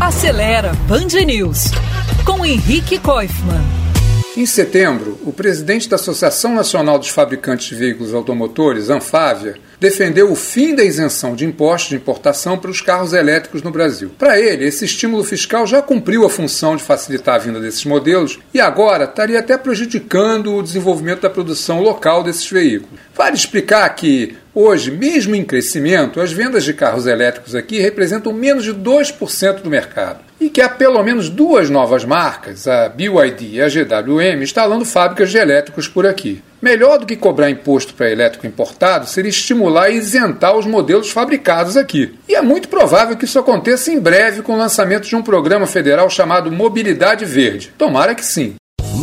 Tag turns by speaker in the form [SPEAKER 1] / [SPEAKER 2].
[SPEAKER 1] Acelera Band News com Henrique Koifman.
[SPEAKER 2] Em setembro, o presidente da Associação Nacional dos Fabricantes de Veículos Automotores, Anfávia, defendeu o fim da isenção de impostos de importação para os carros elétricos no Brasil. Para ele, esse estímulo fiscal já cumpriu a função de facilitar a vinda desses modelos e agora estaria até prejudicando o desenvolvimento da produção local desses veículos. Vale explicar que Hoje, mesmo em crescimento, as vendas de carros elétricos aqui representam menos de 2% do mercado. E que há pelo menos duas novas marcas, a BYD e a GWM, instalando fábricas de elétricos por aqui. Melhor do que cobrar imposto para elétrico importado seria estimular e isentar os modelos fabricados aqui. E é muito provável que isso aconteça em breve com o lançamento de um programa federal chamado Mobilidade Verde. Tomara que sim.